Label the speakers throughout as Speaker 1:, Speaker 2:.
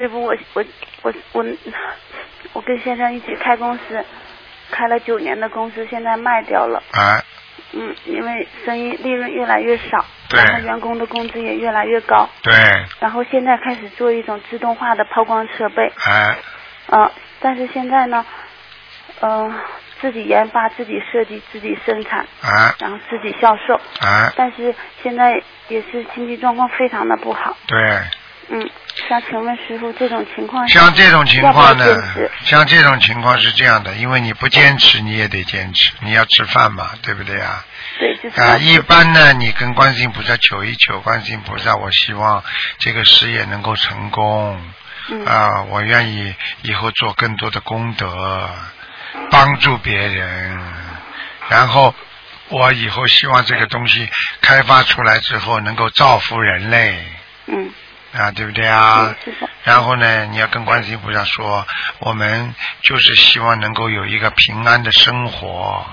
Speaker 1: 师傅，我我我我我跟先生一起开公司，开了九年的公司，现在卖掉了。
Speaker 2: 哎，
Speaker 1: 嗯，因为生意利润越来越少，
Speaker 2: 对
Speaker 1: 然后员工的工资也越来越高，
Speaker 2: 对，
Speaker 1: 然后现在开始做一种自动化的抛光设备，
Speaker 2: 哎，
Speaker 1: 呃，但是现在呢，嗯、自己研发、自己设计、自己生产，
Speaker 2: 哎，
Speaker 1: 然后自己销售，
Speaker 2: 哎，
Speaker 1: 但是现在也是经济状况非常的不好，
Speaker 2: 对，
Speaker 1: 嗯，想请问师傅，这种情况下
Speaker 2: 像这种情况呢
Speaker 1: 要不要坚持，
Speaker 2: 像这种情况是这样的，因为你不坚持，你也得坚持，你要吃饭嘛，对不对啊？
Speaker 1: 对，就是
Speaker 2: 啊，
Speaker 1: 要
Speaker 2: 一般呢，你跟观世音菩萨求一求，观世音菩萨，我希望这个事业能够成功，
Speaker 1: 嗯
Speaker 2: 啊，我愿意以后做更多的功德，帮助别人，然后我以后希望这个东西开发出来之后能够造福人类，
Speaker 1: 嗯，
Speaker 2: 啊，对不对啊？
Speaker 1: 嗯师傅，
Speaker 2: 然后呢，你要跟观世音菩萨说，我们就是希望能够有一个平安的生活，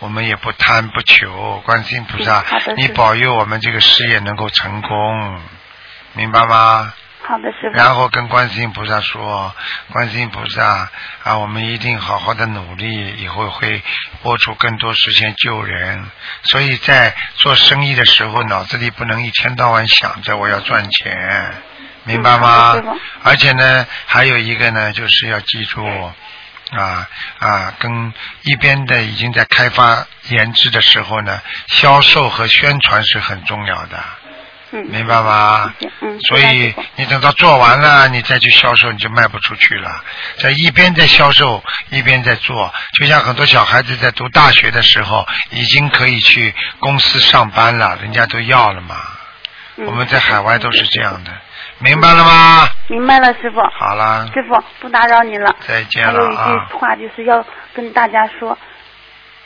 Speaker 2: 我们也不贪不求，观世音菩萨
Speaker 1: 嗯好的师，傅
Speaker 2: 你保佑我们这个事业能够成功，明白吗？
Speaker 1: 好的，师傅，
Speaker 2: 然后跟观世音菩萨说，观世音菩萨啊，我们一定好好的努力，以后会播出更多时间救人。所以在做生意的时候，脑子里不能一天到晚想着我要赚钱，明白
Speaker 1: 嗯
Speaker 2: 吗？
Speaker 1: 好的师傅
Speaker 2: 而且呢，还有一个呢，就是要记住。啊啊，跟一边的已经在开发研制的时候呢，销售和宣传是很重要的。
Speaker 1: 嗯，
Speaker 2: 明白吗
Speaker 1: 谢谢？嗯
Speaker 2: 所
Speaker 1: 明白
Speaker 2: 以
Speaker 1: 师傅
Speaker 2: 你等到做完了，你再去销售，你就卖不出去了。在一边在销售，一边在做，就像很多小孩子在读大学的时候，已经可以去公司上班了，人家都要了嘛。
Speaker 1: 嗯
Speaker 2: 我们在海外都是这样的，明白了吗？
Speaker 1: 明白了，师傅。
Speaker 2: 好啦，
Speaker 1: 师傅，不打扰你了。
Speaker 2: 再见
Speaker 1: 还有一
Speaker 2: 了啊
Speaker 1: 句！话就是要跟大家说，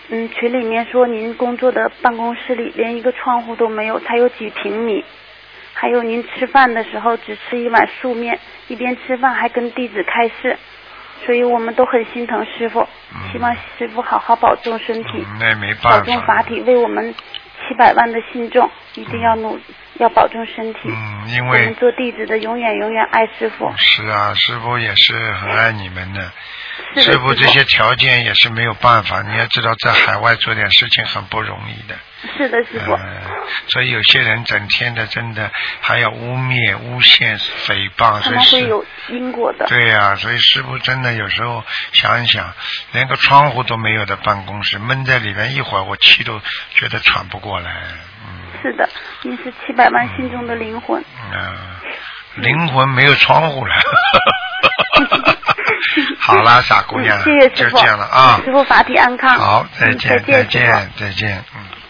Speaker 1: 嗯，群里面说您工作的办公室里连一个窗户都没有，才有几平米。还有您吃饭的时候只吃一碗素面，一边吃饭还跟弟子开示，所以我们都很心疼师傅，希望师傅好好保重身体，
Speaker 2: 嗯，那没
Speaker 1: 保
Speaker 2: 办
Speaker 1: 重法
Speaker 2: 法。
Speaker 1: 体，为我们七百万的信众一定要努，要保重身体。
Speaker 2: 嗯，因
Speaker 1: 我
Speaker 2: 为
Speaker 1: 们做弟子的永远永远爱师傅。
Speaker 2: 是啊，师傅也是很爱你们的。
Speaker 1: 是的
Speaker 2: 师傅这些条件也是没有办法，你要知道，在海外做点事情很不容易的。
Speaker 1: 是的，师傅。
Speaker 2: 呃，所以有些人整天的真的还要污蔑、诬陷、诽谤，
Speaker 1: 他
Speaker 2: 所以
Speaker 1: 们会
Speaker 2: 是。
Speaker 1: 有因果的。
Speaker 2: 对呀、所以师傅真的有时候想一想，连个窗户都没有的办公室，闷在里面一会儿，我气都觉得喘不过来。嗯
Speaker 1: 是的，您是七百万心中的灵魂。
Speaker 2: 嗯、灵魂没有窗户 了。 好啦，傻姑娘，
Speaker 1: 嗯谢谢
Speaker 2: 就
Speaker 1: 师傅，
Speaker 2: 这样了啊。
Speaker 1: 师傅法体安康。
Speaker 2: 好，再
Speaker 1: 嗯
Speaker 2: 见，再
Speaker 1: 再见师傅
Speaker 2: 见，再见，嗯。